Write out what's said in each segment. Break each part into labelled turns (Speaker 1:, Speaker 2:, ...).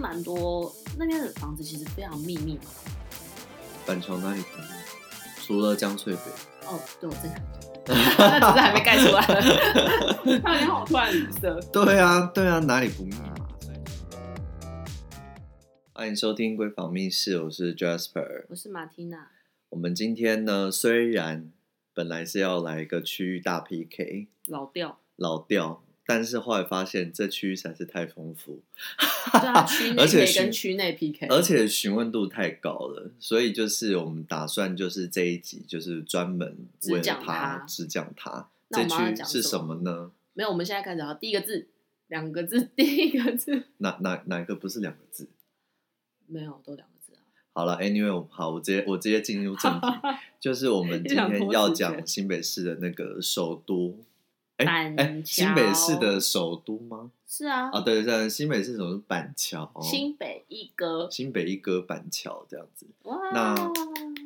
Speaker 1: 蛮多那边的房子其实非常秘密嘛。
Speaker 2: 板桥哪里可能？除了江翠北，
Speaker 1: 哦，对我正想 讲，那只是还没盖出来。那你好，突然语塞。
Speaker 2: 对啊，对啊，哪里不密嘛？嗯欢迎收听《闺房密室》，我是 Jasper。
Speaker 1: 我是马缇娜，
Speaker 2: 我们今天呢，虽然本来是要来一个区域大 PK
Speaker 1: 老调，
Speaker 2: 老调，但是后来发现这区域实在是太丰富，
Speaker 1: 对啊，区内
Speaker 2: 而且
Speaker 1: 可以
Speaker 2: 是
Speaker 1: 跟区内 PK，
Speaker 2: 而且询问度太高了，所以就是我们打算就是这一集就是专门为
Speaker 1: 只
Speaker 2: 了
Speaker 1: 讲
Speaker 2: 他
Speaker 1: 它
Speaker 2: 只讲他。
Speaker 1: 那
Speaker 2: 这
Speaker 1: 我们要
Speaker 2: 区
Speaker 1: 讲
Speaker 2: 是
Speaker 1: 什
Speaker 2: 什
Speaker 1: 么
Speaker 2: 么呢？
Speaker 1: 没有，我们现在开始好，第一个字，两个字， 第一个字，
Speaker 2: 哪哪哪一个不是两个字？
Speaker 1: 没有，都两个字啊。
Speaker 2: 好了，Anyway，我好，我直接我直接进入 正题，就是我们今天要讲新北市的那个首都，哎
Speaker 1: 板
Speaker 2: 哎，
Speaker 1: 桥
Speaker 2: 新北市的首都吗？
Speaker 1: 是啊，
Speaker 2: 啊，对对，新北市首都板桥，哦
Speaker 1: 新北一哥，
Speaker 2: 新北一哥板桥这样子。
Speaker 1: 哇，
Speaker 2: 那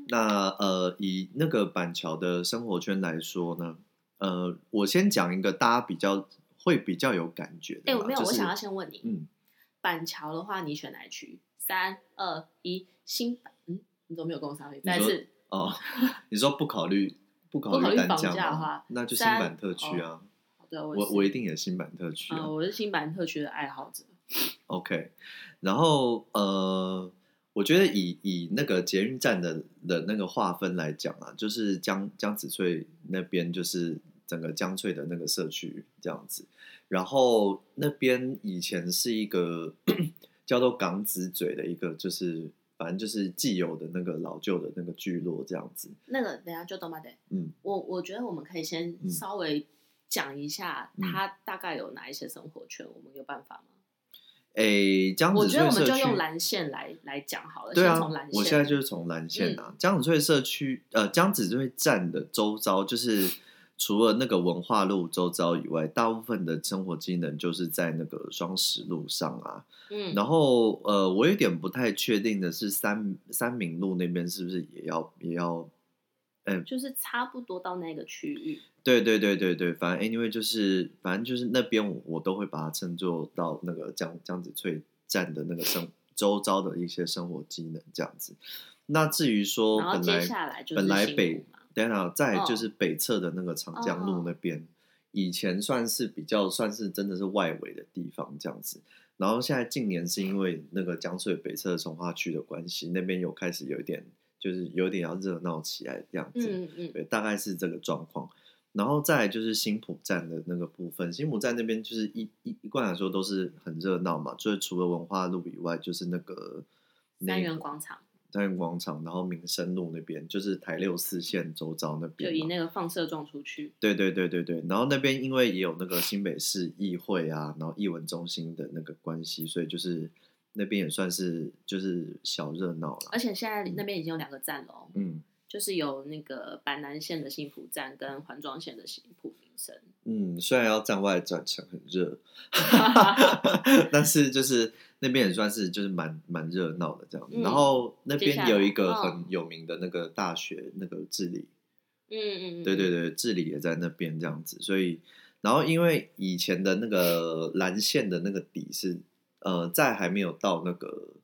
Speaker 2: 那呃，以那个板桥的生活圈来说呢，呃，我先讲一个大家比较会比较有感觉的啦，
Speaker 1: 哎，我没有，
Speaker 2: 就
Speaker 1: 我
Speaker 2: 是
Speaker 1: 想要先问你，
Speaker 2: 嗯，
Speaker 1: 板桥的话，你选哪一区？三二一，新板，嗯，你怎么没有跟我商量？
Speaker 2: 你说
Speaker 1: 再一次，
Speaker 2: 哦， 你说不考虑不考
Speaker 1: 不
Speaker 2: 虑
Speaker 1: 考虑
Speaker 2: 单
Speaker 1: 房
Speaker 2: 价
Speaker 1: 价的
Speaker 2: 吗
Speaker 1: 话
Speaker 2: 那就新
Speaker 1: 三
Speaker 2: 版特区啊，
Speaker 1: 对，我
Speaker 2: 我
Speaker 1: 我
Speaker 2: 我一定也新版特区啊。
Speaker 1: 啊，我是新版特区的爱好者。
Speaker 2: OK，然后呃，我觉得以以那个捷运站的的那个划分来讲啊，就是江江子翠那边就是整个江翠的那个社区这样子，然后那边以前是一个 叫做港子嘴的一个，就是反正就是既有的那个老旧的那个聚落这样子，
Speaker 1: 那个等一下就懂吧，得，
Speaker 2: 嗯，
Speaker 1: 我我觉得我们可以先
Speaker 2: 嗯
Speaker 1: 稍微讲一下
Speaker 2: 嗯
Speaker 1: 它大概有哪一些生活圈，我们有办法吗？
Speaker 2: 诶，江
Speaker 1: 我
Speaker 2: 子
Speaker 1: 觉
Speaker 2: 翠
Speaker 1: 得我们
Speaker 2: 社
Speaker 1: 就
Speaker 2: 区
Speaker 1: 用。蓝线来来讲好了，
Speaker 2: 对
Speaker 1: 先
Speaker 2: 啊
Speaker 1: 从蓝，线。嗯
Speaker 2: 我现在就是从蓝线啊，江子翠社区，呃，江子翠站的周遭，就是除了那个文化路周遭以外，大部分的生活机能就是在那个双十路上啊。
Speaker 1: 嗯，
Speaker 2: 然后，呃，我有点不太确定的是三三明路那边是不是也要也要？
Speaker 1: 就是差不多到那个区域，
Speaker 2: 对对对对对，反正 anyway 就是，反正就是那边我我都会把它称作到那个江江子翠站的那个生周遭的一些生活机能这样子。那至于说
Speaker 1: 然后
Speaker 2: 本
Speaker 1: 接
Speaker 2: 来
Speaker 1: 下来就是
Speaker 2: 本来
Speaker 1: 新
Speaker 2: 北
Speaker 1: 埔嘛，
Speaker 2: 等等，在
Speaker 1: 哦
Speaker 2: 就是北侧的那个长江
Speaker 1: 哦
Speaker 2: 路
Speaker 1: 哦
Speaker 2: 那边，以前算是比较算是真的是外围的地方这样子。然后现在近年是因为那个江水北侧的从化区的关系，那边有开始有一点就是有点要热闹起来这样子，
Speaker 1: 嗯嗯，
Speaker 2: 对，大概是这个状况。然后再来就是新浦站的那个部分，新浦站那边就是一一一贯来说都是很热闹嘛，就是除了文化路以外，就是那个
Speaker 1: 三
Speaker 2: 那
Speaker 1: 元广场
Speaker 2: 太原广场，然后民生路那边，就是台六四线周遭那
Speaker 1: 就
Speaker 2: 边
Speaker 1: 以
Speaker 2: 嘛。
Speaker 1: 那个放射状出去，
Speaker 2: 对对对对对，然后那边因为也有那个新北市议会啊，然后艺文中心的那个关系，所以就是那边也算是就是小热闹
Speaker 1: 而
Speaker 2: 啦。
Speaker 1: 且现在那边已经有两个站了哦，
Speaker 2: 嗯
Speaker 1: 就是有那个板南线的新浦站跟环状线的新浦民生。
Speaker 2: 嗯，虽然要站外转乘很 热， 但是就是那边也算是就是蛮蛮热闹的这样。
Speaker 1: 嗯
Speaker 2: 然后那
Speaker 1: 接下
Speaker 2: 边
Speaker 1: 来
Speaker 2: 有一个
Speaker 1: 嗯
Speaker 2: 很有名的那个大学，那个治理
Speaker 1: 嗯嗯，嗯
Speaker 2: 对对，对，治理也在那边这样子，所以然后因为以前的那个蓝线的那个底是呃，在还没有到那个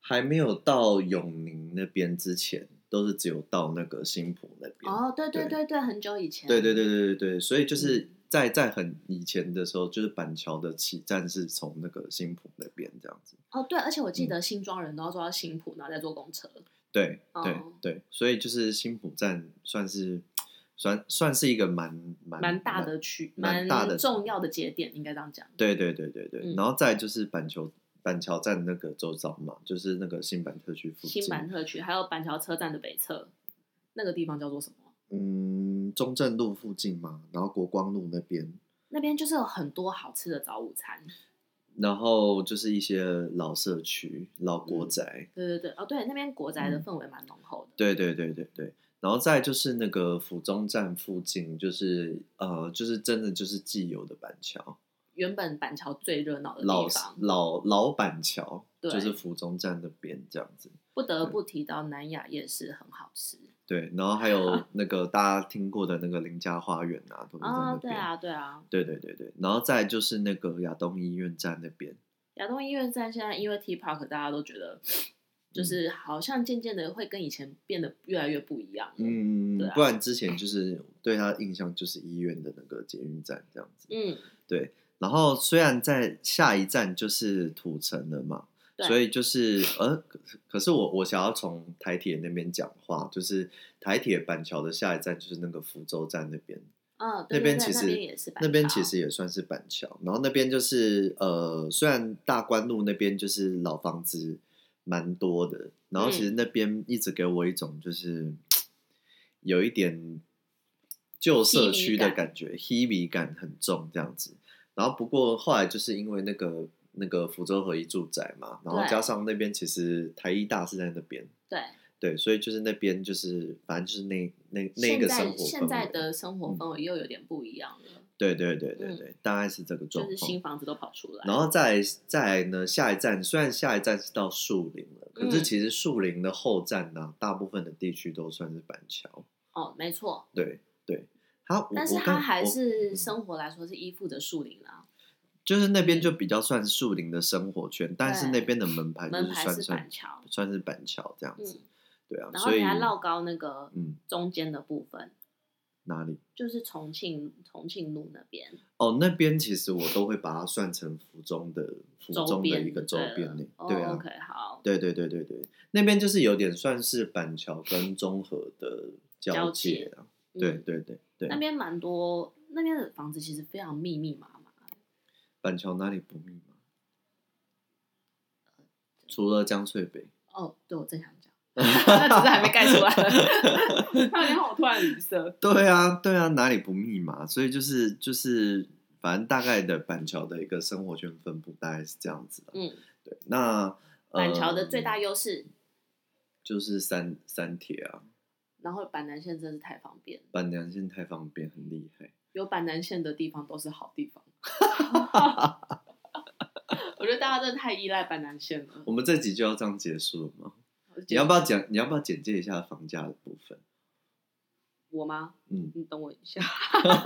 Speaker 2: 还没有到永宁那边之前，都是只有到那个新浦那边。
Speaker 1: 哦，对对
Speaker 2: 对
Speaker 1: 对对，很久以前，
Speaker 2: 对对对对对对，所以就是
Speaker 1: 嗯
Speaker 2: 在在很以前的时候，就是板桥的起站是从那个新浦那边这样子。
Speaker 1: 哦，对，而且我
Speaker 2: 嗯
Speaker 1: 记得新庄人都要坐到新浦，然后再坐公车。
Speaker 2: 对
Speaker 1: 哦
Speaker 2: 对对，所以就是新浦站算是算算是一个蛮蛮
Speaker 1: 蛮大的区，
Speaker 2: 蛮大的
Speaker 1: 重要的节点，应该这样讲。
Speaker 2: 对对对对对，
Speaker 1: 嗯
Speaker 2: 然后再就是板桥板桥站那个周遭嘛，就是那个新板特区附近，
Speaker 1: 新版特区，还有板桥车站的北侧，那个地方叫做什么？
Speaker 2: 嗯，中正路附近嘛，然后国光路那边，
Speaker 1: 那边就是有很多好吃的早午餐。
Speaker 2: 然后就是一些老社区、老国
Speaker 1: 嗯
Speaker 2: 宅，
Speaker 1: 对对对，哦对，那边国宅的
Speaker 2: 嗯
Speaker 1: 氛围蛮浓厚的。
Speaker 2: 对对对对对，然后再就是那个府中站附近，就是呃，就是真的就是既有的板桥
Speaker 1: 原本板桥最热闹的
Speaker 2: 老
Speaker 1: 地方，
Speaker 2: 老老板桥，
Speaker 1: 对
Speaker 2: 就是府中站那边这样子。
Speaker 1: 不得不提到南雅夜市很好吃。
Speaker 2: 对，然后还 有那个大家听过的那个林家花园啊，都是在那
Speaker 1: 啊，
Speaker 2: 边。
Speaker 1: 对啊，对啊，
Speaker 2: 对对对对，然后再来就是那个亚东医院站那边，
Speaker 1: 亚东音乐站现在因为 T Park 大家都觉得，
Speaker 2: 嗯
Speaker 1: 就是好像渐渐的会跟以前变得越来越不一样了。
Speaker 2: 嗯，
Speaker 1: 对啊
Speaker 2: 不然之前就是对他的印象就是医院的那个捷运站这样子。
Speaker 1: 嗯，
Speaker 2: 对，然后虽然在下一站就是土城了嘛，
Speaker 1: 对
Speaker 2: 所以就是呃，可是可是我我想要从台铁那边讲话，就是台铁板桥的下一站就是那个福州站那边，
Speaker 1: 嗯，对
Speaker 2: 那边
Speaker 1: 对对
Speaker 2: 其实
Speaker 1: 那边也是板桥，
Speaker 2: 那边其实也算是板桥，然后那边就是呃，虽然大关路那边就是老房子蛮多的，然后其实
Speaker 1: 嗯
Speaker 2: 那边一直给我一种就是、有一点旧社区的感觉，黑米感很重这样子。然后不过后来就是因为那个那个福州合一住宅嘛，然后
Speaker 1: 对
Speaker 2: 加上那边其实台医大是在那边，
Speaker 1: 对
Speaker 2: 对，所以就是那边就是反正就是那那那
Speaker 1: 现
Speaker 2: 个
Speaker 1: 在
Speaker 2: 生活氛
Speaker 1: 现在
Speaker 2: 围，嗯
Speaker 1: 的生活氛围又有点不一样了，
Speaker 2: 对对对对
Speaker 1: 嗯
Speaker 2: 对，大概是这个状
Speaker 1: 就
Speaker 2: 况。
Speaker 1: 是新房子都跑出来。
Speaker 2: 然后再来再来呢，下一站虽然下一站是到树林了，可是
Speaker 1: 嗯
Speaker 2: 其实树林的后站呢、大部分的地区都算是板桥。
Speaker 1: 哦，没错，
Speaker 2: 对对，它我
Speaker 1: 但是
Speaker 2: 我
Speaker 1: 它
Speaker 2: 看
Speaker 1: 还
Speaker 2: 我
Speaker 1: 是
Speaker 2: 嗯
Speaker 1: 生活来说是依附着树林啦，
Speaker 2: 就是那边就比较算树林的生活圈，但是那边的门牌就
Speaker 1: 门牌
Speaker 2: 算
Speaker 1: 是板
Speaker 2: 算
Speaker 1: 桥，
Speaker 2: 算是板桥这样子。
Speaker 1: 嗯
Speaker 2: 对啊，
Speaker 1: 然后
Speaker 2: 所以
Speaker 1: 你还绕高那个
Speaker 2: 嗯
Speaker 1: 中间的部分，
Speaker 2: 哪里？
Speaker 1: 就是重庆重庆路那边
Speaker 2: 哦，那边其实我都会把它算成福中的福
Speaker 1: 周
Speaker 2: 中的
Speaker 1: 边
Speaker 2: 一个周边呢
Speaker 1: 呢。。哦
Speaker 2: 对啊，
Speaker 1: OK，好，
Speaker 2: 对对对对对，那边就是有点算是板桥跟中和的交
Speaker 1: 交
Speaker 2: 界
Speaker 1: 界
Speaker 2: 啊。
Speaker 1: 嗯
Speaker 2: 对对对对
Speaker 1: 那，边蛮多，那边的房子其实非常密密麻麻。
Speaker 2: 板桥哪里不密码？除了江翠北，
Speaker 1: 哦，对，我正想讲， 那只是还没盖出来。那你看我突然语塞。
Speaker 2: 对啊对啊，哪里不密码？所以就是就是，反正大概的板桥的一个生活圈分布大概是这样子的。
Speaker 1: 嗯，
Speaker 2: 对，那
Speaker 1: 板桥的最大
Speaker 2: 呃、
Speaker 1: 优势，
Speaker 2: 就是三三铁啊，
Speaker 1: 然后板南线真是太方便了，
Speaker 2: 板娘线太方便，很厉害。
Speaker 1: 有板南线的地方都是好地 方。我觉得大家真的太依赖板南线了。
Speaker 2: 我们这集就要这样结束了吗？
Speaker 1: 我就
Speaker 2: 你
Speaker 1: 觉
Speaker 2: 要
Speaker 1: 得
Speaker 2: 不要讲？你要不要简介一下房价的部分？
Speaker 1: 我吗？
Speaker 2: 嗯，
Speaker 1: 你等我一 下。
Speaker 2: 好，
Speaker 1: Q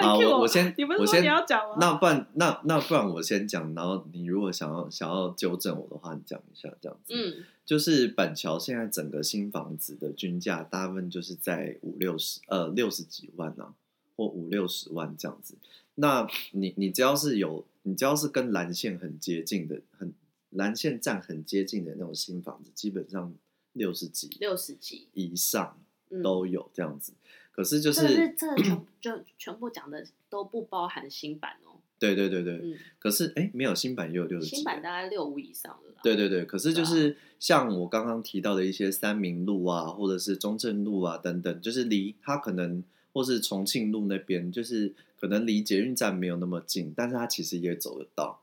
Speaker 2: 啊我
Speaker 1: 我
Speaker 2: 我先，
Speaker 1: 你不是
Speaker 2: 我
Speaker 1: 说
Speaker 2: 先
Speaker 1: 你要讲吗
Speaker 2: 那不然那那不然我先讲，然后你如果想要想要纠正我的话，你讲一下这样子。，
Speaker 1: 嗯，
Speaker 2: 就是板桥现在整个新房子的均价，大部分就是在五六十呃六十几万啊，或五六十万这样子。那你你只要是有，你只要是跟蓝线很接近的，很蓝线站很接近的那种新房子，基本上六十几
Speaker 1: 六十几，
Speaker 2: 以上
Speaker 1: 嗯，
Speaker 2: 都有这样子。可是就
Speaker 1: 这个
Speaker 2: 是
Speaker 1: 是这个 全就全部讲的都不包含新版哦。
Speaker 2: 对对对对，
Speaker 1: 嗯，
Speaker 2: 可是哎，诶没有新版也有六十几
Speaker 1: 新
Speaker 2: 耶，
Speaker 1: 版大概六五以上的啦。
Speaker 2: 对对对，可是
Speaker 1: 对
Speaker 2: 就
Speaker 1: 啊
Speaker 2: 是像我刚刚提到的一些三明路啊，或者是中正路啊等等，就是离它可能或是重庆路那边，就是可能离捷运站没有那么近，但是它其实也走得到。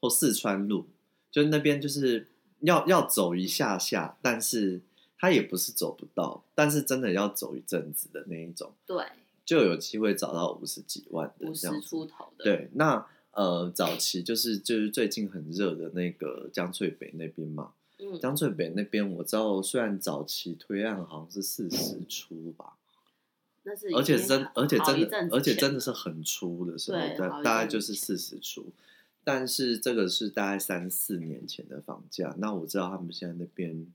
Speaker 2: 或四川路，就是那边就是要要走一下下，但是它也不是走不到，但是真的要走一阵子的那一种，
Speaker 1: 对，
Speaker 2: 就有机会找到五十几万的
Speaker 1: 五
Speaker 2: 这样
Speaker 1: 十
Speaker 2: 子。
Speaker 1: 出头的。，
Speaker 2: 对，那呃，早期就是就是最近很热的那个江翠北那边嘛，
Speaker 1: 嗯，
Speaker 2: 江翠北那边我知道，虽然早期推案好像是四十出吧，
Speaker 1: 那是
Speaker 2: 而且
Speaker 1: 已经
Speaker 2: 真
Speaker 1: 好
Speaker 2: 而且真
Speaker 1: 好一
Speaker 2: 的
Speaker 1: 阵子
Speaker 2: 而且
Speaker 1: 前
Speaker 2: 真的
Speaker 1: 了
Speaker 2: 是很出的时候，
Speaker 1: 对
Speaker 2: 大
Speaker 1: 好一
Speaker 2: 大概
Speaker 1: 阵子
Speaker 2: 就是四十出，但是这个是大概三四年前的房价，那我知道他们现在那边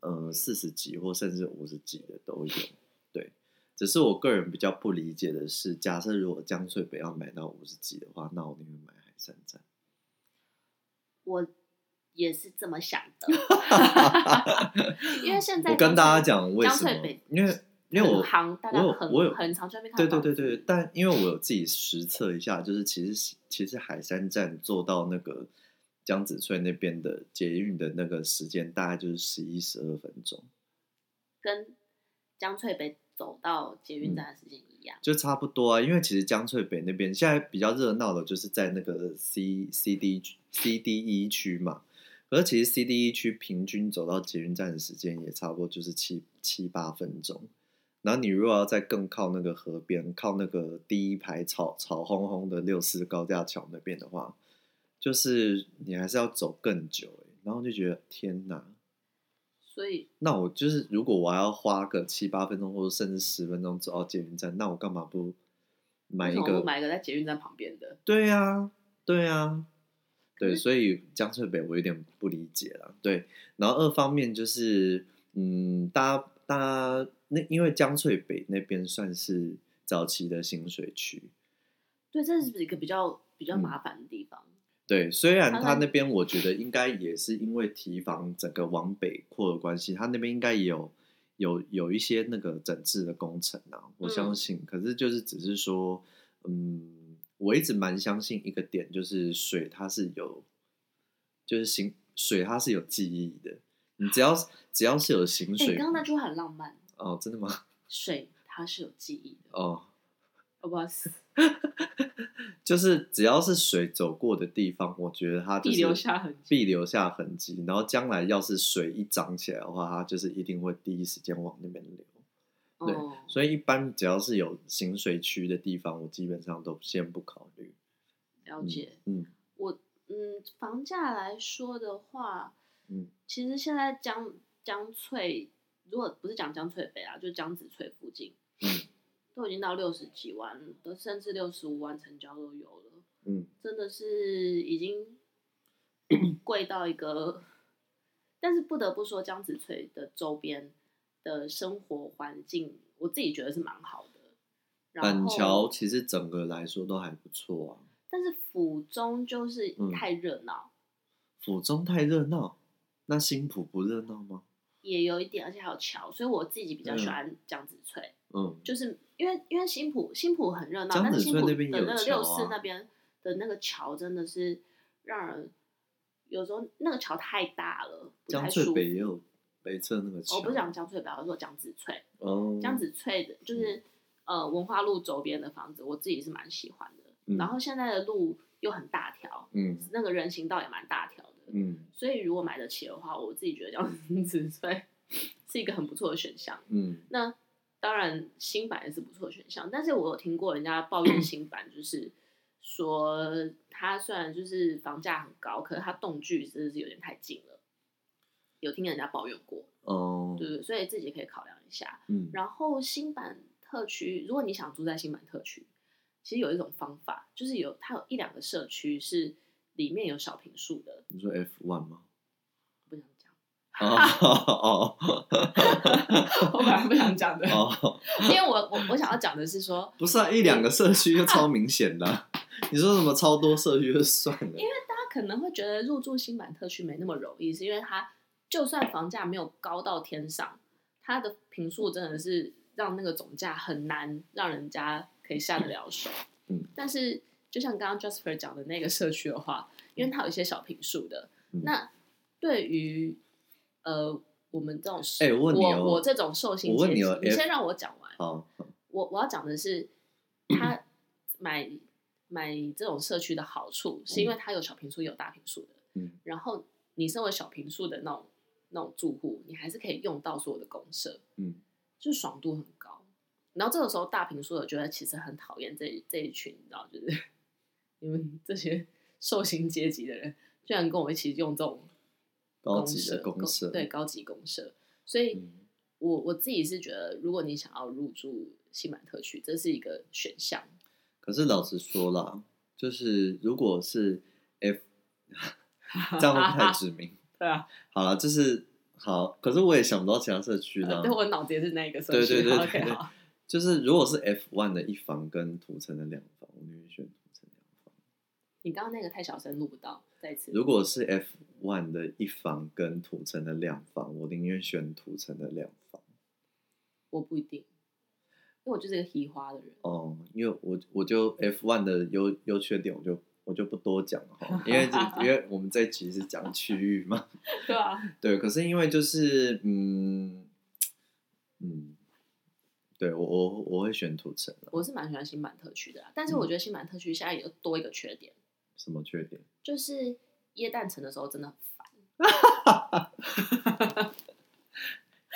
Speaker 2: 呃四十几或甚至五十几的都有，对。只是我个人比较不理解的是，假设如果江翠北要买到五十几的话，那我宁愿买海山站。
Speaker 1: 我也是这么想 的，因为现在
Speaker 2: 我跟大家
Speaker 1: 江
Speaker 2: 讲为什
Speaker 1: 江翠
Speaker 2: 么
Speaker 1: 北？
Speaker 2: 因为因为
Speaker 1: 很
Speaker 2: 我
Speaker 1: 行大家
Speaker 2: 我有
Speaker 1: 很
Speaker 2: 我有
Speaker 1: 很常去那边
Speaker 2: 对
Speaker 1: 看
Speaker 2: 对
Speaker 1: 房
Speaker 2: 对
Speaker 1: 子
Speaker 2: 对，但因为我有自己实测一下，就是其实其实海山站坐到那个江子翠那边的捷运的那个时间，大概就是十一十二分钟，
Speaker 1: 跟江翠北走到捷运站的时间一样。
Speaker 2: 就差不多啊。因为其实江翠北那边现在比较热闹的，就是在那个 C C D C D E 区嘛。可是其实 C D E 区平均走到捷运站的时间也差不多就是七七八分钟。然后你如果要再更靠那个河边，靠那个第一排草草烘烘的六四高架桥那边的话，就是你还是要走更久、欸、然后就觉得天哪，
Speaker 1: 所以
Speaker 2: 那我就是，如果我还要花个七八分钟，或者甚至十分钟走到捷运站，那我干嘛不买
Speaker 1: 为
Speaker 2: 一
Speaker 1: 什么
Speaker 2: 个？
Speaker 1: 不买一个在捷运站旁边的？
Speaker 2: 对呀、啊，对呀、啊，对，
Speaker 1: 嗯
Speaker 2: 所以江翠北我有点不理解了。对，然后二方面就是，嗯，大家大家那因为江翠北那边算是早期的新水区，
Speaker 1: 对，这是一个比较比较
Speaker 2: 嗯
Speaker 1: 麻烦的地方。
Speaker 2: 对，虽然
Speaker 1: 好
Speaker 2: 他
Speaker 1: 那
Speaker 2: 那边我觉得应该也是因为提防整个往北扩的关系，他那边应该也有有有一些那个整治的工程啊，我相
Speaker 1: 嗯
Speaker 2: 信。可是就是只是说，嗯，我一直蛮相信一个点，就是水它是有，就是行水它是有记忆的，你只要只要是有行
Speaker 1: 哎、
Speaker 2: 水，
Speaker 1: 刚刚那句话很浪漫，
Speaker 2: 哦，真的吗？
Speaker 1: 水它是有记忆的，
Speaker 2: 哦，
Speaker 1: 哦不好意思，
Speaker 2: 就是只要是水走过的地方，我觉得它就是
Speaker 1: 必留下痕迹。
Speaker 2: 必留下痕迹。然后将来要是水一涨起来的话，它就是一定会第一时间往那边流。对
Speaker 1: 哦，
Speaker 2: 所以一般只要是有行水区的地方，我基本上都先不考虑。
Speaker 1: 了解。
Speaker 2: 嗯，
Speaker 1: 我嗯，房价来说的话，
Speaker 2: 嗯，
Speaker 1: 其实现在江江翠，如果不是讲江翠北啊，就江子翠附近，
Speaker 2: 嗯，
Speaker 1: 都已经到六十几万，都甚至六十五万成交都有了，
Speaker 2: 嗯，
Speaker 1: 真的是 已经贵到一个。但是不得不说，江子翠的周边的生活环境，我自己觉得是蛮好的。然
Speaker 2: 板
Speaker 1: 后
Speaker 2: 桥其实整个来说都还不错啊。
Speaker 1: 但是府中就是
Speaker 2: 嗯
Speaker 1: 太热闹，
Speaker 2: 府中太热闹，那新浦不热闹吗？
Speaker 1: 也有一点，而且还有桥，所以我自己比较喜
Speaker 2: 嗯
Speaker 1: 欢江子翠，
Speaker 2: 嗯，
Speaker 1: 就是因为因为新浦新浦很热闹，
Speaker 2: 江
Speaker 1: 但是
Speaker 2: 子
Speaker 1: 新
Speaker 2: 翠
Speaker 1: 浦
Speaker 2: 那
Speaker 1: 的
Speaker 2: 边
Speaker 1: 那
Speaker 2: 有
Speaker 1: 个
Speaker 2: 桥
Speaker 1: 六
Speaker 2: 啊
Speaker 1: 四那边的那个桥真的是让人有时候那个桥太大了，不
Speaker 2: 江
Speaker 1: 太
Speaker 2: 翠
Speaker 1: 舒服。哦
Speaker 2: 北也有北侧那个桥。
Speaker 1: 我不是讲江翠北，我说江子翠，
Speaker 2: 哦，
Speaker 1: 江子翠的就是呃文化路周边的房子，我自己是蛮喜欢的。
Speaker 2: 嗯
Speaker 1: 然后现在的路又很大条，
Speaker 2: 嗯
Speaker 1: 那个人行道也蛮大条的，
Speaker 2: 嗯
Speaker 1: 所以如果买得起的话，我自己觉得江子翠 是一个很不错的选项。
Speaker 2: 嗯
Speaker 1: 那当然新版也是不错的选项，但是我有听过人家抱怨新版，就是说它虽然就是房价很高，可是它动距真的是有点太近了，有听人家抱怨过，
Speaker 2: 哦
Speaker 1: 对不对？所以自己可以考量一下。
Speaker 2: 嗯
Speaker 1: 然后新版特区，如果你想住在新版特区，其实有一种方法，就是有它有一两个社区是里面有小平数的，
Speaker 2: 你说 F one 吗？
Speaker 1: 不想讲，
Speaker 2: 哦哦
Speaker 1: 我本来不想讲的
Speaker 2: 哦哦。
Speaker 1: 因为我我我想要讲的是说，
Speaker 2: 不是啊，一两个社区就超明显的啊、 你说什么超多社区就算了，
Speaker 1: 大家可能会觉得入住新版特区没那么容易，是因为它就算房价没有高到天上，它的平数真的是让那个总价很难让人家可以下得了手。
Speaker 2: 嗯，
Speaker 1: 但是就像刚刚 Jasper 讲的那个社区的话，因为它有一些小平数的，
Speaker 2: 嗯
Speaker 1: 那对于呃我们这种
Speaker 2: 哎我问你哦
Speaker 1: 我我这种受薪
Speaker 2: 我问
Speaker 1: 阶
Speaker 2: 你
Speaker 1: 级
Speaker 2: 哦，
Speaker 1: 你
Speaker 2: F-
Speaker 1: 先让我讲完。
Speaker 2: 好，
Speaker 1: 我我要讲的 是，他买买这种社区的好处，是因为它有小平数，有大平数的。
Speaker 2: 嗯
Speaker 1: 然后你身为小平数的那种那种住户，你还是可以用到所有的公社，
Speaker 2: 嗯，
Speaker 1: 就是爽度很高。然后这个时候大平数的觉得其实很讨厌这一这一群，你知道，就是 你们这些受薪阶级的人，居然跟我一起用这种
Speaker 2: 高级的
Speaker 1: 公
Speaker 2: 公社，
Speaker 1: 对，高级公社，所以。
Speaker 2: 嗯
Speaker 1: 我我自己是觉得，如果你想要入住新版特区，这是一个选项。
Speaker 2: 可是老实说啦，就是如果是 F，这样会不会太指名？
Speaker 1: 对啊，
Speaker 2: 好了，就是好，可是我也想不到其他社区啦。
Speaker 1: 呃对我脑子也是那一个社
Speaker 2: 对
Speaker 1: 区。
Speaker 2: 对对
Speaker 1: OK，
Speaker 2: 对对
Speaker 1: 好，
Speaker 2: 就是如果是 F one 的一房跟土城的两房，我宁愿选土城两房。
Speaker 1: 你刚刚那个太小声，录不到，再一次。
Speaker 2: 如果是 F one 的一房跟土城的两房，我宁愿选土城的两房。
Speaker 1: 我不一定，因为我就是一个提花的人。
Speaker 2: 哦，因为我我就 F one 的优优缺点，我就我就不多讲了 哈，因为这因为我们这一集是讲区域嘛，
Speaker 1: 对啊，
Speaker 2: 对，可是因为就是嗯嗯，对我我我会选土城了，
Speaker 1: 我是蛮喜欢新版特区的啦，但是我
Speaker 2: 嗯
Speaker 1: 觉得新版特区现在有多一个缺点，
Speaker 2: 什么缺点？
Speaker 1: 就是耶诞城的时候真的很烦。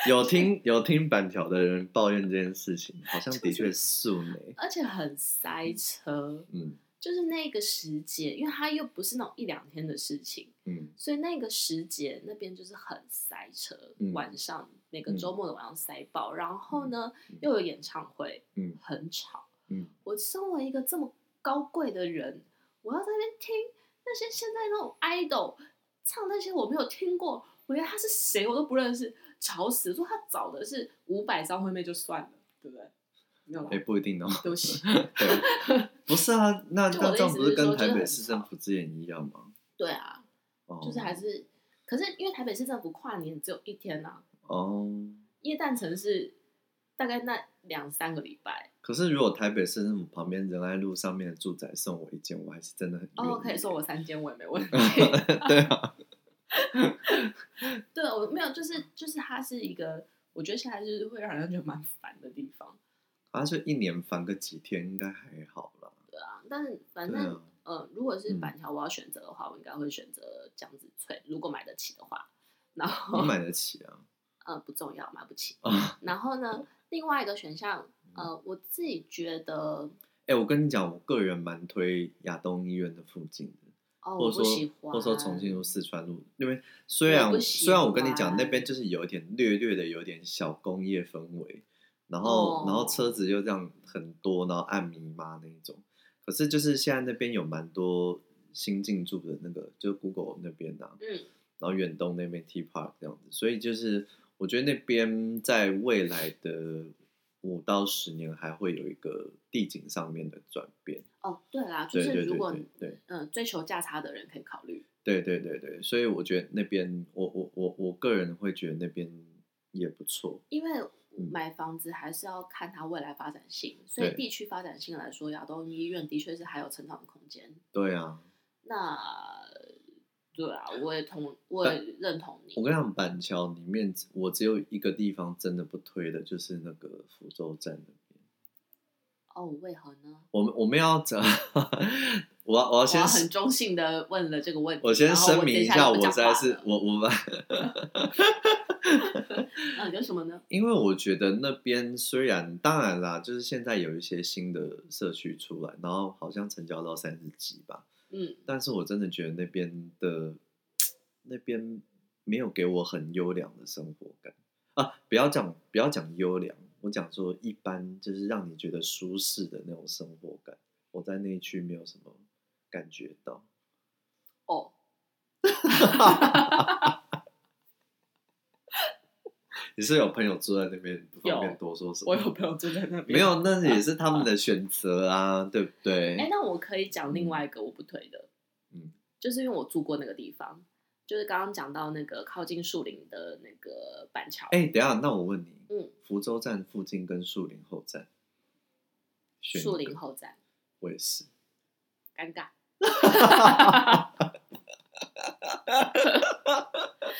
Speaker 2: 有听有听板条的人抱怨这件事情，好像的确素美，
Speaker 1: 而且很塞车，
Speaker 2: 嗯
Speaker 1: 就是那个时节，因为它又不是那种一两天的事情，
Speaker 2: 嗯
Speaker 1: 所以那个时节那边就是很塞车，
Speaker 2: 嗯
Speaker 1: 晚上每个周末的晚上塞爆，然后呢、
Speaker 2: 嗯
Speaker 1: 又有演唱会，
Speaker 2: 嗯
Speaker 1: 很吵。
Speaker 2: 嗯，
Speaker 1: 我身为一个这么高贵的人，我要在那边听那些现在那种 idol 唱那些我没有听过，我连他是谁我都不认识，吵死！说他找的是五百张惠妹就算了，对不对？没有啦
Speaker 2: 哎、，不一定哦。
Speaker 1: 对不起。
Speaker 2: 对，不是啊，那
Speaker 1: 就我
Speaker 2: 那这
Speaker 1: 的意
Speaker 2: 样
Speaker 1: 思
Speaker 2: 不是
Speaker 1: 是
Speaker 2: 跟
Speaker 1: 说就
Speaker 2: 台
Speaker 1: 是
Speaker 2: 北
Speaker 1: 很
Speaker 2: 市政府之前一样吗？
Speaker 1: 对啊，
Speaker 2: 哦，
Speaker 1: 就是还是，可是因为台北市政府跨年只有一天呐、啊，
Speaker 2: 哦。
Speaker 1: 耶诞城是大概那两三个礼拜，
Speaker 2: 可是如果台北市政府旁边仁爱路上面的住宅送我一件，我还是真的很愿意。
Speaker 1: 哦，可以送我三间，我也没问题。
Speaker 2: 对啊，
Speaker 1: 对，我没有，就是就是它是一个，我觉得现在就是会让人觉得蛮烦的地方
Speaker 2: 啊，就一年烦个几天应该还好啦。
Speaker 1: 啊。但是反
Speaker 2: 对
Speaker 1: 正、
Speaker 2: 啊，
Speaker 1: 呃，如果是板桥我要选择的话，我应该会选择江子翠，如果买得起的话。然
Speaker 2: 你
Speaker 1: 后
Speaker 2: 买得起啊？
Speaker 1: 呃不重要，买不起。
Speaker 2: 啊，嗯
Speaker 1: 然后 呢，另外一个选项，呃，我自己觉得
Speaker 2: 哎、我跟你讲，我个人蛮推亚东医院的附近的。
Speaker 1: 哦，
Speaker 2: 或
Speaker 1: 我
Speaker 2: 者
Speaker 1: 不
Speaker 2: 说
Speaker 1: 喜欢，
Speaker 2: 或者说重庆路四川路那边，虽
Speaker 1: 我
Speaker 2: 然
Speaker 1: 不喜
Speaker 2: 虽然我跟你讲那
Speaker 1: 欢
Speaker 2: 边就是有一点略略的有点小工业氛围，然后、然后
Speaker 1: 哦
Speaker 2: 车子又这样很多，然后暗迷妈那一种，可是就是现在那边有蛮多新进驻的那个，就是 Google 那边啊，
Speaker 1: 嗯，
Speaker 2: 然后远东那边 T Park 这样子，所以就是我觉得那边在未来的五到十年还会有一个地景上面的转变，
Speaker 1: 哦，对啦，就
Speaker 2: 对
Speaker 1: 是
Speaker 2: 对
Speaker 1: 如
Speaker 2: 对
Speaker 1: 果
Speaker 2: 对对。
Speaker 1: 嗯、呃追求价差的人可以考虑，
Speaker 2: 对对对对，所以我觉得那边，我我我我个人会觉得那边也不错。
Speaker 1: 因为买房子还是要看它未来发展性，所以
Speaker 2: 对
Speaker 1: 地区发展性来说，亚东医院的确是还有成长的空间。
Speaker 2: 对啊，
Speaker 1: 那对啊，我也同我也认同你
Speaker 2: 我。跟你讲，板桥里面我只有一个地方真的不推的，就是那个福州站那边。
Speaker 1: 哦，为何呢？
Speaker 2: 我们我们要讲， 我要我要
Speaker 1: 我
Speaker 2: 先
Speaker 1: 要很中性的问了这个问题，
Speaker 2: 我先
Speaker 1: 然后
Speaker 2: 声明
Speaker 1: 等
Speaker 2: 一
Speaker 1: 一
Speaker 2: 下，
Speaker 1: 就
Speaker 2: 我
Speaker 1: 不
Speaker 2: 实
Speaker 1: 讲
Speaker 2: 在
Speaker 1: 话
Speaker 2: 是
Speaker 1: 了
Speaker 2: 我我们，
Speaker 1: 嗯，有什么呢？
Speaker 2: 因为我觉得那边虽然当然啦，就是现在有一些新的社区出来，然后好像成交到三十几吧，
Speaker 1: 嗯，
Speaker 2: 但是我真的觉得那边的那边没有给我很优良的生活感啊！不要讲不要讲优良，我讲说一般，就是让你觉得舒适的那种生活感，我在那一区没有什么感觉到。
Speaker 1: 哦，
Speaker 2: 你是有朋友住在那边，不方便多说什么？
Speaker 1: 朋友住在那
Speaker 2: 没。有，那也是他们的选择啊，对不对？
Speaker 1: 哎、那我可以讲另外一个我不推的，
Speaker 2: 嗯，
Speaker 1: 就是因为我住过那个地方，就是刚刚讲到那个靠近树林的那个板桥，
Speaker 2: 哎、等一下，那我问你，
Speaker 1: 嗯，
Speaker 2: 福州站附近跟树林后站，选一
Speaker 1: 树
Speaker 2: 个
Speaker 1: 林，后站，
Speaker 2: 我也是。
Speaker 1: 尴尬。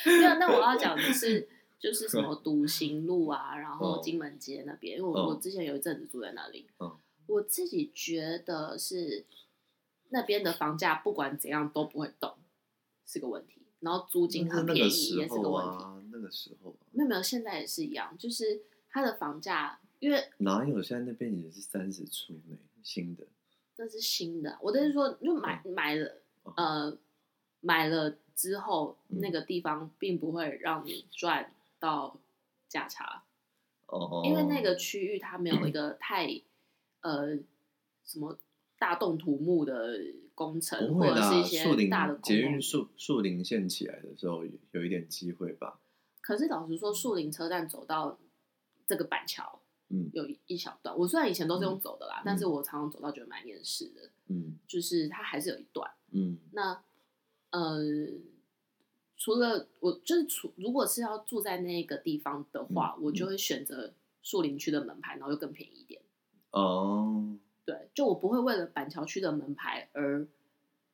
Speaker 1: 没 有，那我要讲的是，就是什
Speaker 2: 嗯
Speaker 1: 么笃行路啊，然后
Speaker 2: 哦
Speaker 1: 金门街那边，因为我、
Speaker 2: 哦
Speaker 1: 我之前有一阵子住在那里，
Speaker 2: 嗯
Speaker 1: 我自己觉得是那边的房价不管怎样都不会动，是个问题。然后租金
Speaker 2: 那
Speaker 1: 很
Speaker 2: 那
Speaker 1: 便
Speaker 2: 个
Speaker 1: 宜
Speaker 2: 时
Speaker 1: 也是个
Speaker 2: 候
Speaker 1: 问题，
Speaker 2: 啊，那个时候、啊、
Speaker 1: 没有没有，现在也是一样，就是它的房价，因为
Speaker 2: 哪有？现在那边也是三十出呢，新的
Speaker 1: 那是新的。啊我的意思说，就买
Speaker 2: 嗯
Speaker 1: 买了，呃，买了之后，
Speaker 2: 哦嗯
Speaker 1: 那个地方并不会让你赚到价差，
Speaker 2: 哦，
Speaker 1: 因为那个区域它没有一个太呃什么大动土木的工程，
Speaker 2: 不
Speaker 1: 或
Speaker 2: 会
Speaker 1: 者是一
Speaker 2: 啦，树
Speaker 1: 些
Speaker 2: 林
Speaker 1: 大的公
Speaker 2: 捷
Speaker 1: 共
Speaker 2: 运树树林线起来的时候有有一点机会吧？
Speaker 1: 可是老实说，树林车站走到这个板桥，
Speaker 2: 嗯
Speaker 1: 有一一小段。我虽然以前都是用走的啦，但是我常常走到觉得蛮厌世的，
Speaker 2: 嗯
Speaker 1: 就是它还是有一段。
Speaker 2: 嗯
Speaker 1: 那呃，除了我就是除如果是要住在那个地方的话，
Speaker 2: 嗯
Speaker 1: 我就会选择树林区的门牌，然后又更便宜一点。
Speaker 2: 哦
Speaker 1: 对，就我不会为了板桥区的门牌而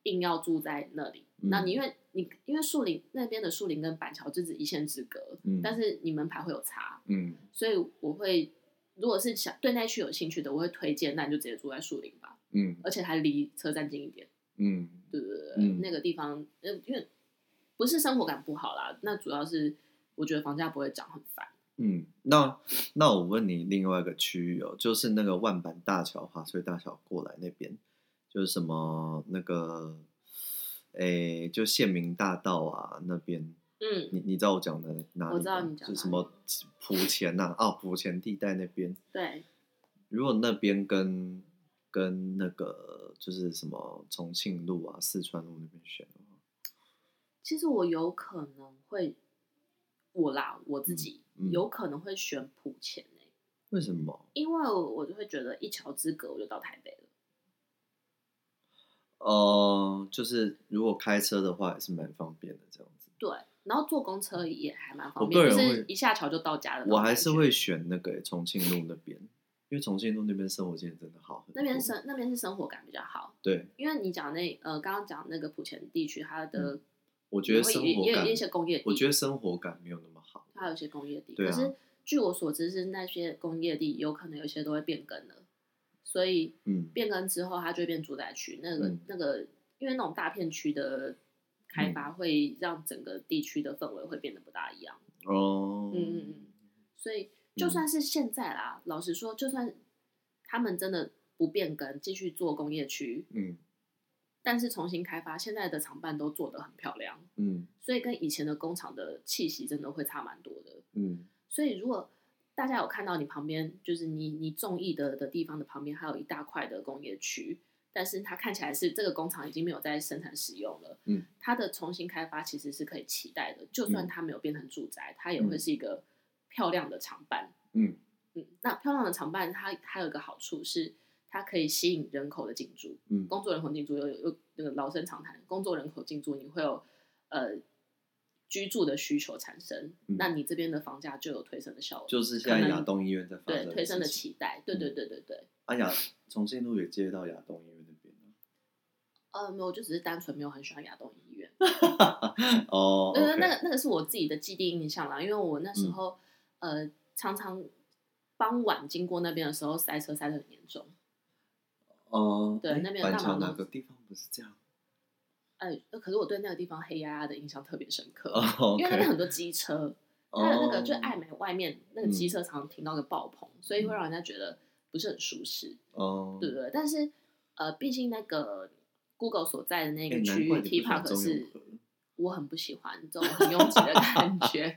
Speaker 1: 硬要住在那里。那
Speaker 2: 嗯
Speaker 1: 你因为你因为树林那边的树林跟板桥就是一线之隔，
Speaker 2: 嗯
Speaker 1: 但是你门牌会有差。
Speaker 2: 嗯
Speaker 1: 所以我会，如果是想对那区有兴趣的，我会推荐，那你就直接住在树林吧，
Speaker 2: 嗯
Speaker 1: 而且还离车站近一点，
Speaker 2: 嗯
Speaker 1: 对不对？
Speaker 2: 嗯
Speaker 1: 那个地方，呃，因为不是生活感不好啦，那主要是我觉得房价不会涨，很烦。
Speaker 2: 嗯。那那我问你另外一个区域哦，就是那个万板大桥、华翠大桥过来那边，就是什么那个，诶、就县民大道啊那边。
Speaker 1: 嗯，
Speaker 2: 你你知道我讲的哪里吗？
Speaker 1: 我知道你讲
Speaker 2: 就
Speaker 1: 哪
Speaker 2: 什么 莆田呐、啊，哦，莆田地带那边，
Speaker 1: 对，
Speaker 2: 如果那边跟跟那个就是什么重庆路啊、四川路那边选的话，
Speaker 1: 其实我有可能会，我啦我自己、
Speaker 2: 嗯嗯
Speaker 1: 有可能会选莆田欸
Speaker 2: 为什么？
Speaker 1: 因为我我就会觉得一桥之隔我就到台北了。
Speaker 2: 呃，就是如果开车的话也是蛮方便的这样子。
Speaker 1: 对，然后坐公车也还蛮
Speaker 2: 哦我个
Speaker 1: 方便，
Speaker 2: 人
Speaker 1: 就
Speaker 2: 会
Speaker 1: 是一下桥就到家的那种
Speaker 2: 我
Speaker 1: 感觉。
Speaker 2: 还是会选那个、重庆路那边，因为重庆路那边生活经验真的好很多。
Speaker 1: 那边生那边是生活感比较好，
Speaker 2: 对，
Speaker 1: 因为你讲那呃刚刚讲那个莆田地区，它的、
Speaker 2: 我嗯觉得
Speaker 1: 也
Speaker 2: 生
Speaker 1: 会也
Speaker 2: 活
Speaker 1: 也
Speaker 2: 感
Speaker 1: 有一，些工业地，
Speaker 2: 我觉得生活感没有那么好。
Speaker 1: 它有一些工业地，
Speaker 2: 对啊
Speaker 1: 可是据我所知是那些工业地有可能有些都会变更了，所以
Speaker 2: 嗯，
Speaker 1: 变更之后它就会变住宅区，那个、
Speaker 2: 嗯
Speaker 1: 那个因为那种大片区的开发会让整个地区的氛围会变得不大一样，
Speaker 2: 哦，嗯
Speaker 1: 嗯嗯嗯，所以就算是现在啦，老实说，就算他们真的不变更，继续做工业区，
Speaker 2: 嗯
Speaker 1: 但是重新开发，现在的厂办都做得很漂亮，
Speaker 2: 嗯
Speaker 1: 所以跟以前的工厂的气息真的会差蛮多的。
Speaker 2: 嗯
Speaker 1: 所以如果大家有看到你旁边，就是你你中意的的地方的旁边，还有一大块的工业区，但是它看起来是这个工厂已经没有在生产使用了，
Speaker 2: 嗯，
Speaker 1: 它的重新开发其实是可以期待的，就算它没有变成住宅，它也
Speaker 2: 嗯
Speaker 1: 会是一个漂亮的厂办，
Speaker 2: 嗯
Speaker 1: 嗯，那漂亮的厂办它它有一个好处是。它可以吸引人口的进驻，
Speaker 2: 嗯
Speaker 1: 工作人口进驻有有有那个老生常谈，工作人口进驻你会有呃居住的需求产生，
Speaker 2: 嗯
Speaker 1: 那你这边的房价就有推升的效果，
Speaker 2: 就是现在
Speaker 1: 可能
Speaker 2: 亚东医院在发
Speaker 1: 对
Speaker 2: 生
Speaker 1: 推升的
Speaker 2: 事情
Speaker 1: 期待，对
Speaker 2: 嗯
Speaker 1: 对对对对，
Speaker 2: 啊亚重庆路也接到亚东医院那边
Speaker 1: 呃，没有，我就只是单纯没有很喜欢亚东医院，
Speaker 2: 了哦，
Speaker 1: 对对，
Speaker 2: OK
Speaker 1: 呃那个那个是我自己的既定印象啦，因为我那时
Speaker 2: 嗯
Speaker 1: 候呃常常傍晚经过那边的时候塞车塞得很严重，
Speaker 2: 哦，
Speaker 1: 对
Speaker 2: 哎
Speaker 1: 那边有
Speaker 2: 板
Speaker 1: 大马
Speaker 2: 桥哪
Speaker 1: 路
Speaker 2: 个地方不是这样？
Speaker 1: 哎，可是我对那个地方黑压压的印象特别深刻，
Speaker 2: 哦
Speaker 1: 因为那
Speaker 2: OK
Speaker 1: 边很多机车，
Speaker 2: 哦嗯
Speaker 1: 它的那个就爱买外面那个机车常常停到个爆棚，所以会让人家觉得不是很舒适，
Speaker 2: 哦，
Speaker 1: 对不对？但是呃，毕竟那个 Google 所在的那
Speaker 2: 哎
Speaker 1: 个
Speaker 2: 难
Speaker 1: 区
Speaker 2: 怪
Speaker 1: 域
Speaker 2: 你不
Speaker 1: T
Speaker 2: 喜欢
Speaker 1: Park
Speaker 2: 中永
Speaker 1: 是
Speaker 2: 和
Speaker 1: 我很不喜欢这种很拥挤的感觉，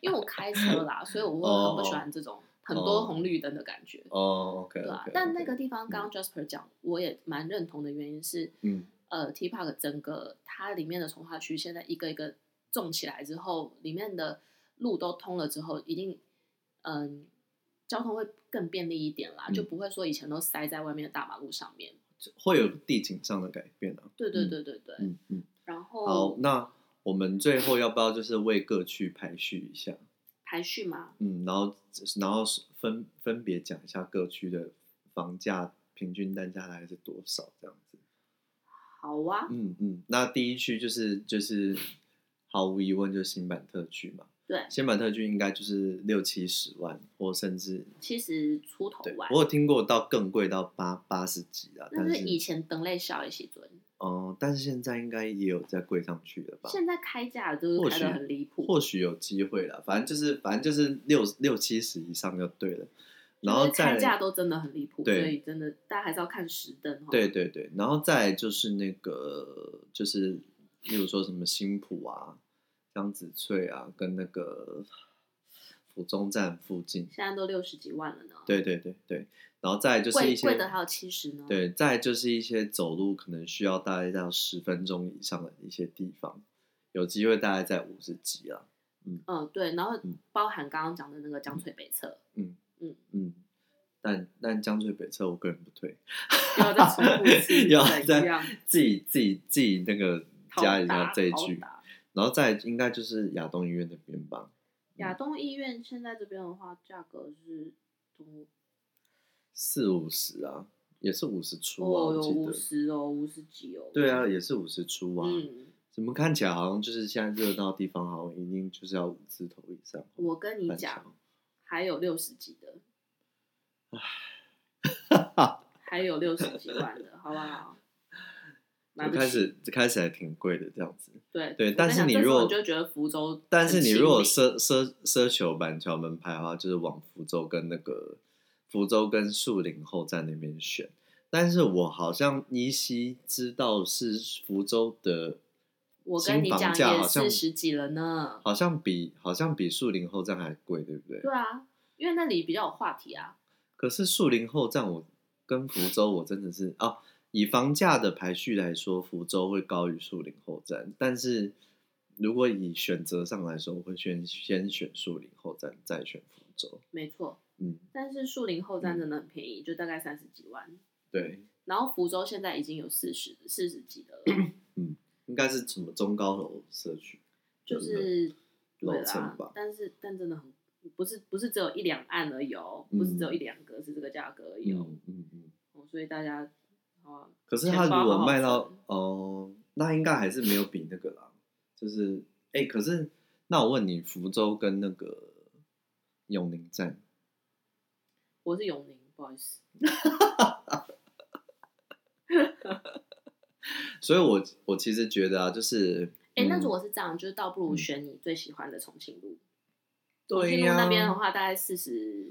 Speaker 1: 因为我开车啦，所以我会很不喜欢这种很
Speaker 2: 哦
Speaker 1: 多红绿灯的感觉。
Speaker 2: 哦，OK，
Speaker 1: 对啊
Speaker 2: OK，
Speaker 1: 但
Speaker 2: OK
Speaker 1: 那个地方刚刚 Jasper 讲，我也蛮认同的原因是，
Speaker 2: 嗯，
Speaker 1: 呃，T Park 整个它里面的从化区现在一个一个种起来之后，里面的路都通了之后，一定，嗯、交通会更便利一点啦，
Speaker 2: 嗯
Speaker 1: 就不会说以前都塞在外面的大马路上面。
Speaker 2: 会有地景上的改变啊。
Speaker 1: 对对对对对。哦
Speaker 2: 嗯嗯，
Speaker 1: 然
Speaker 2: 好
Speaker 1: 后，
Speaker 2: 那我们最后要不要就是为各区排序一下？
Speaker 1: 排序嘛，
Speaker 2: 嗯，然后然后分分别讲一下各区的房价平均单价大概是多少这样子。
Speaker 1: 好啊，
Speaker 2: 嗯嗯，那第一区就是就是毫无疑问就是新版特区嘛，
Speaker 1: 对，
Speaker 2: 新版特区应该就是六七十万或甚至
Speaker 1: 七十出头
Speaker 2: 对
Speaker 1: 万，
Speaker 2: 我有听过到更贵到八八十几啊，
Speaker 1: 那
Speaker 2: 但
Speaker 1: 是
Speaker 2: 是
Speaker 1: 以前等类小的时阵，
Speaker 2: 哦、但是现在应该也有再贵上去了吧？
Speaker 1: 现在开价都
Speaker 2: 或
Speaker 1: 是开
Speaker 2: 许
Speaker 1: 的很离谱，
Speaker 2: 或许有机会啦，反正就是反正就是六六七十以上就对了，然后
Speaker 1: 就是开
Speaker 2: 再
Speaker 1: 价都真的很离谱，所
Speaker 2: 对
Speaker 1: 以真的大家还是要看实灯哦。
Speaker 2: 对对对，然后再来就是那个就是例如说什么新浦啊、江子翠啊，跟那个府中站附近，
Speaker 1: 现在都六十几万了呢，
Speaker 2: 对对对对，然后再来就是
Speaker 1: 贵
Speaker 2: 一些
Speaker 1: 贵的还有七十呢。，
Speaker 2: 对，再来就是一些走路可能需要大概到十分钟以上的一些地方，有机会大概在五十级啦。
Speaker 1: 嗯对，然后
Speaker 2: 嗯
Speaker 1: 包含刚刚讲的那个江翠北侧，
Speaker 2: 嗯，但但江翠北侧我个人不推，
Speaker 1: 又要再重复一 次，
Speaker 2: 要
Speaker 1: 怎样？
Speaker 2: 自己自己自己那个
Speaker 1: 讨
Speaker 2: 加一下
Speaker 1: 打
Speaker 2: 这一
Speaker 1: 讨
Speaker 2: 句，
Speaker 1: 打
Speaker 2: 然后再应该就是亚东医院那边吧，嗯
Speaker 1: 亚东医院现在这边的话，价格是多
Speaker 2: 四五十啊，也是五十出啊，
Speaker 1: 哦
Speaker 2: 我
Speaker 1: 有
Speaker 2: 记
Speaker 1: 五
Speaker 2: 得。
Speaker 1: 十哦，五十几哦。
Speaker 2: 对啊，也是五十出啊。
Speaker 1: 嗯，
Speaker 2: 怎么看起来好像就是现在热闹的地方，好像一定就是要五字头以上。
Speaker 1: 我跟你
Speaker 2: 板
Speaker 1: 讲，还有六十几的，
Speaker 2: 桥
Speaker 1: 还有六十几万的，好不好？买
Speaker 2: 就
Speaker 1: 不
Speaker 2: 开
Speaker 1: 起。
Speaker 2: 始开始还挺贵的这样子。
Speaker 1: 对
Speaker 2: 对
Speaker 1: 我
Speaker 2: 但
Speaker 1: 跟
Speaker 2: 是
Speaker 1: 讲
Speaker 2: 你
Speaker 1: 这时
Speaker 2: 如
Speaker 1: 候
Speaker 2: 果
Speaker 1: 你就会觉得福州，
Speaker 2: 但是你如果，奢奢奢求板桥门牌的话，就是往福州跟那个福州跟树林后站那边选。但是我好像依稀知道是福州的
Speaker 1: 我跟
Speaker 2: 新
Speaker 1: 你
Speaker 2: 房
Speaker 1: 讲
Speaker 2: 价好
Speaker 1: 也
Speaker 2: 像
Speaker 1: 四十几了呢。
Speaker 2: 好像比好像比树林后站还贵，对不对？
Speaker 1: 对啊，因为那里比较有话题啊。
Speaker 2: 可是树林后站我跟福州我真的是哦，以房价的排序来说，福州会高于树林后站，但是如果以选择上来说，我会先先选树林后站，再选福州。
Speaker 1: 没错。
Speaker 2: 嗯，
Speaker 1: 但是树林后站真的很便宜，就大概三十几万。
Speaker 2: 对，
Speaker 1: 然后福州现在已经有四十四十几的了，
Speaker 2: 应该是什么中高楼社区？
Speaker 1: 就是对
Speaker 2: 楼层
Speaker 1: 啦
Speaker 2: 吧。
Speaker 1: 但是但真的很不是不是只有一两岸而已哦，
Speaker 2: 嗯
Speaker 1: 不是只有一两个是这个价格而已哦。
Speaker 2: 嗯嗯嗯。
Speaker 1: 哦所以大家啊，
Speaker 2: 可是他
Speaker 1: 钱
Speaker 2: 如
Speaker 1: 包好
Speaker 2: 果
Speaker 1: 好
Speaker 2: 卖到
Speaker 1: 存
Speaker 2: 哦，那应该还是没有比那个啦。就是哎、可是那我问你，福州跟那个永宁站，
Speaker 1: 我是永宁，不好意思，
Speaker 2: 所以我我其实觉得啊，就是
Speaker 1: 哎、那
Speaker 2: 嗯
Speaker 1: 如果是这样，就是倒不如
Speaker 2: 嗯
Speaker 1: 选你最喜欢的重庆路。重
Speaker 2: 对
Speaker 1: 庆路
Speaker 2: 呀、
Speaker 1: 那边的话，大概四十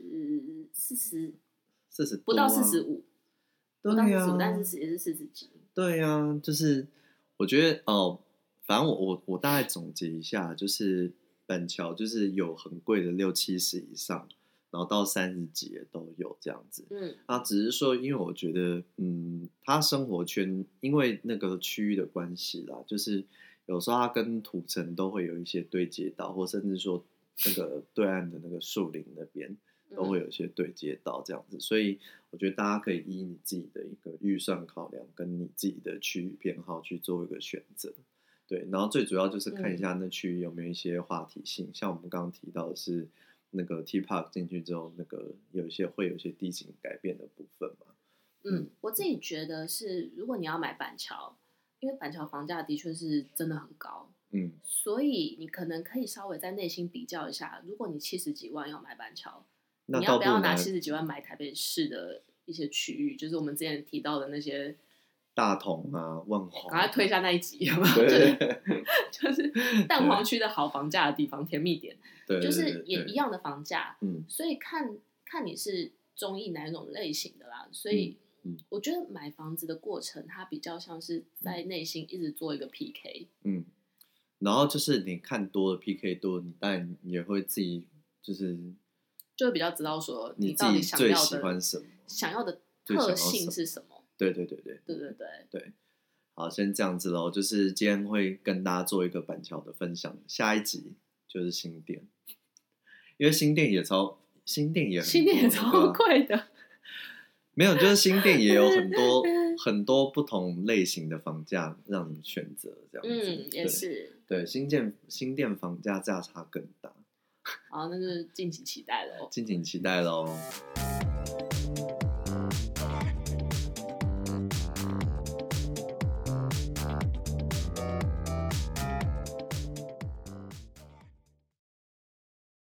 Speaker 1: 四十
Speaker 2: 四十啊
Speaker 1: 不到四十，五，不
Speaker 2: 对
Speaker 1: 到
Speaker 2: 啊
Speaker 1: 四
Speaker 2: 呀、
Speaker 1: 十五，但是也是四十几。
Speaker 2: 对呀、就是我觉得哦，反正我我我大概总结一下，就是板桥就是有很贵的六七十以上，然后到三十几的都有这样子。
Speaker 1: 嗯，
Speaker 2: 那只是说，因为我觉得，嗯，他生活圈因为那个区域的关系啦，就是有时候他跟土城都会有一些对接到，或甚至说那个对岸的那个树林那边都会
Speaker 1: 有。
Speaker 2: 有一些对接到这样子，所以我觉得大家可以依你自己的一个预算考量，跟你自己的区域偏好去做一个选择。对，然后最主要就是
Speaker 1: 嗯
Speaker 2: 看一下那区域有没有一些话题性，像我们刚刚提到的是那个 T Park 进去之后，那个有一些会有一些地形改变的部分嘛。
Speaker 1: 嗯，我自己觉得是，如果你要买板桥，因为板桥房价的确是真的很高，
Speaker 2: 嗯，
Speaker 1: 所以你可能可以稍微在内心比较一下，如果你七十几万要买板桥，
Speaker 2: 那
Speaker 1: 你
Speaker 2: 倒
Speaker 1: 要
Speaker 2: 不
Speaker 1: 不
Speaker 2: 如
Speaker 1: 要
Speaker 2: 拿
Speaker 1: 拿七十几万买台北市的一些区域，就是我们之前提到的那些，
Speaker 2: 大同啊、万华，
Speaker 1: 哎赶快推一下那一集，有没有？
Speaker 2: 对
Speaker 1: 就是
Speaker 2: 对对
Speaker 1: 就是蛋黄区的好房价的地方，甜蜜点，
Speaker 2: 对，
Speaker 1: 就是也一
Speaker 2: 样。
Speaker 1: 样的房价，
Speaker 2: 嗯
Speaker 1: 所以看看你是中意哪一种类型的啦。所以
Speaker 2: 嗯嗯
Speaker 1: 我觉得买房子的过程，它比较像是在内心一直做一个 PK。
Speaker 2: 嗯，然后就是你看多了 PK 多，你但你也会自己就是
Speaker 1: 就会比较知道说
Speaker 2: 你自
Speaker 1: 到
Speaker 2: 己
Speaker 1: 底想
Speaker 2: 最
Speaker 1: 要
Speaker 2: 喜欢
Speaker 1: 的
Speaker 2: 什么。
Speaker 1: 想要的
Speaker 2: 最想要
Speaker 1: 特
Speaker 2: 什
Speaker 1: 性
Speaker 2: 么
Speaker 1: 是什么？
Speaker 2: 对对对对，
Speaker 1: 对对对，
Speaker 2: 好，先这样子喽。就是今天会跟大家做一个板桥的分享，下一集就是新店，因为新店也超新店也很
Speaker 1: 新店
Speaker 2: 多
Speaker 1: 也
Speaker 2: 那个
Speaker 1: 超
Speaker 2: 啊
Speaker 1: 贵的，
Speaker 2: 没有，就是新店也有很 多很多不同类型的房价让你选择，这样子。
Speaker 1: 嗯，也
Speaker 2: 对。
Speaker 1: 是。
Speaker 2: 对，新建新店房价价差更大，
Speaker 1: 好，那就是敬请期待喽。
Speaker 2: 敬请期待喽。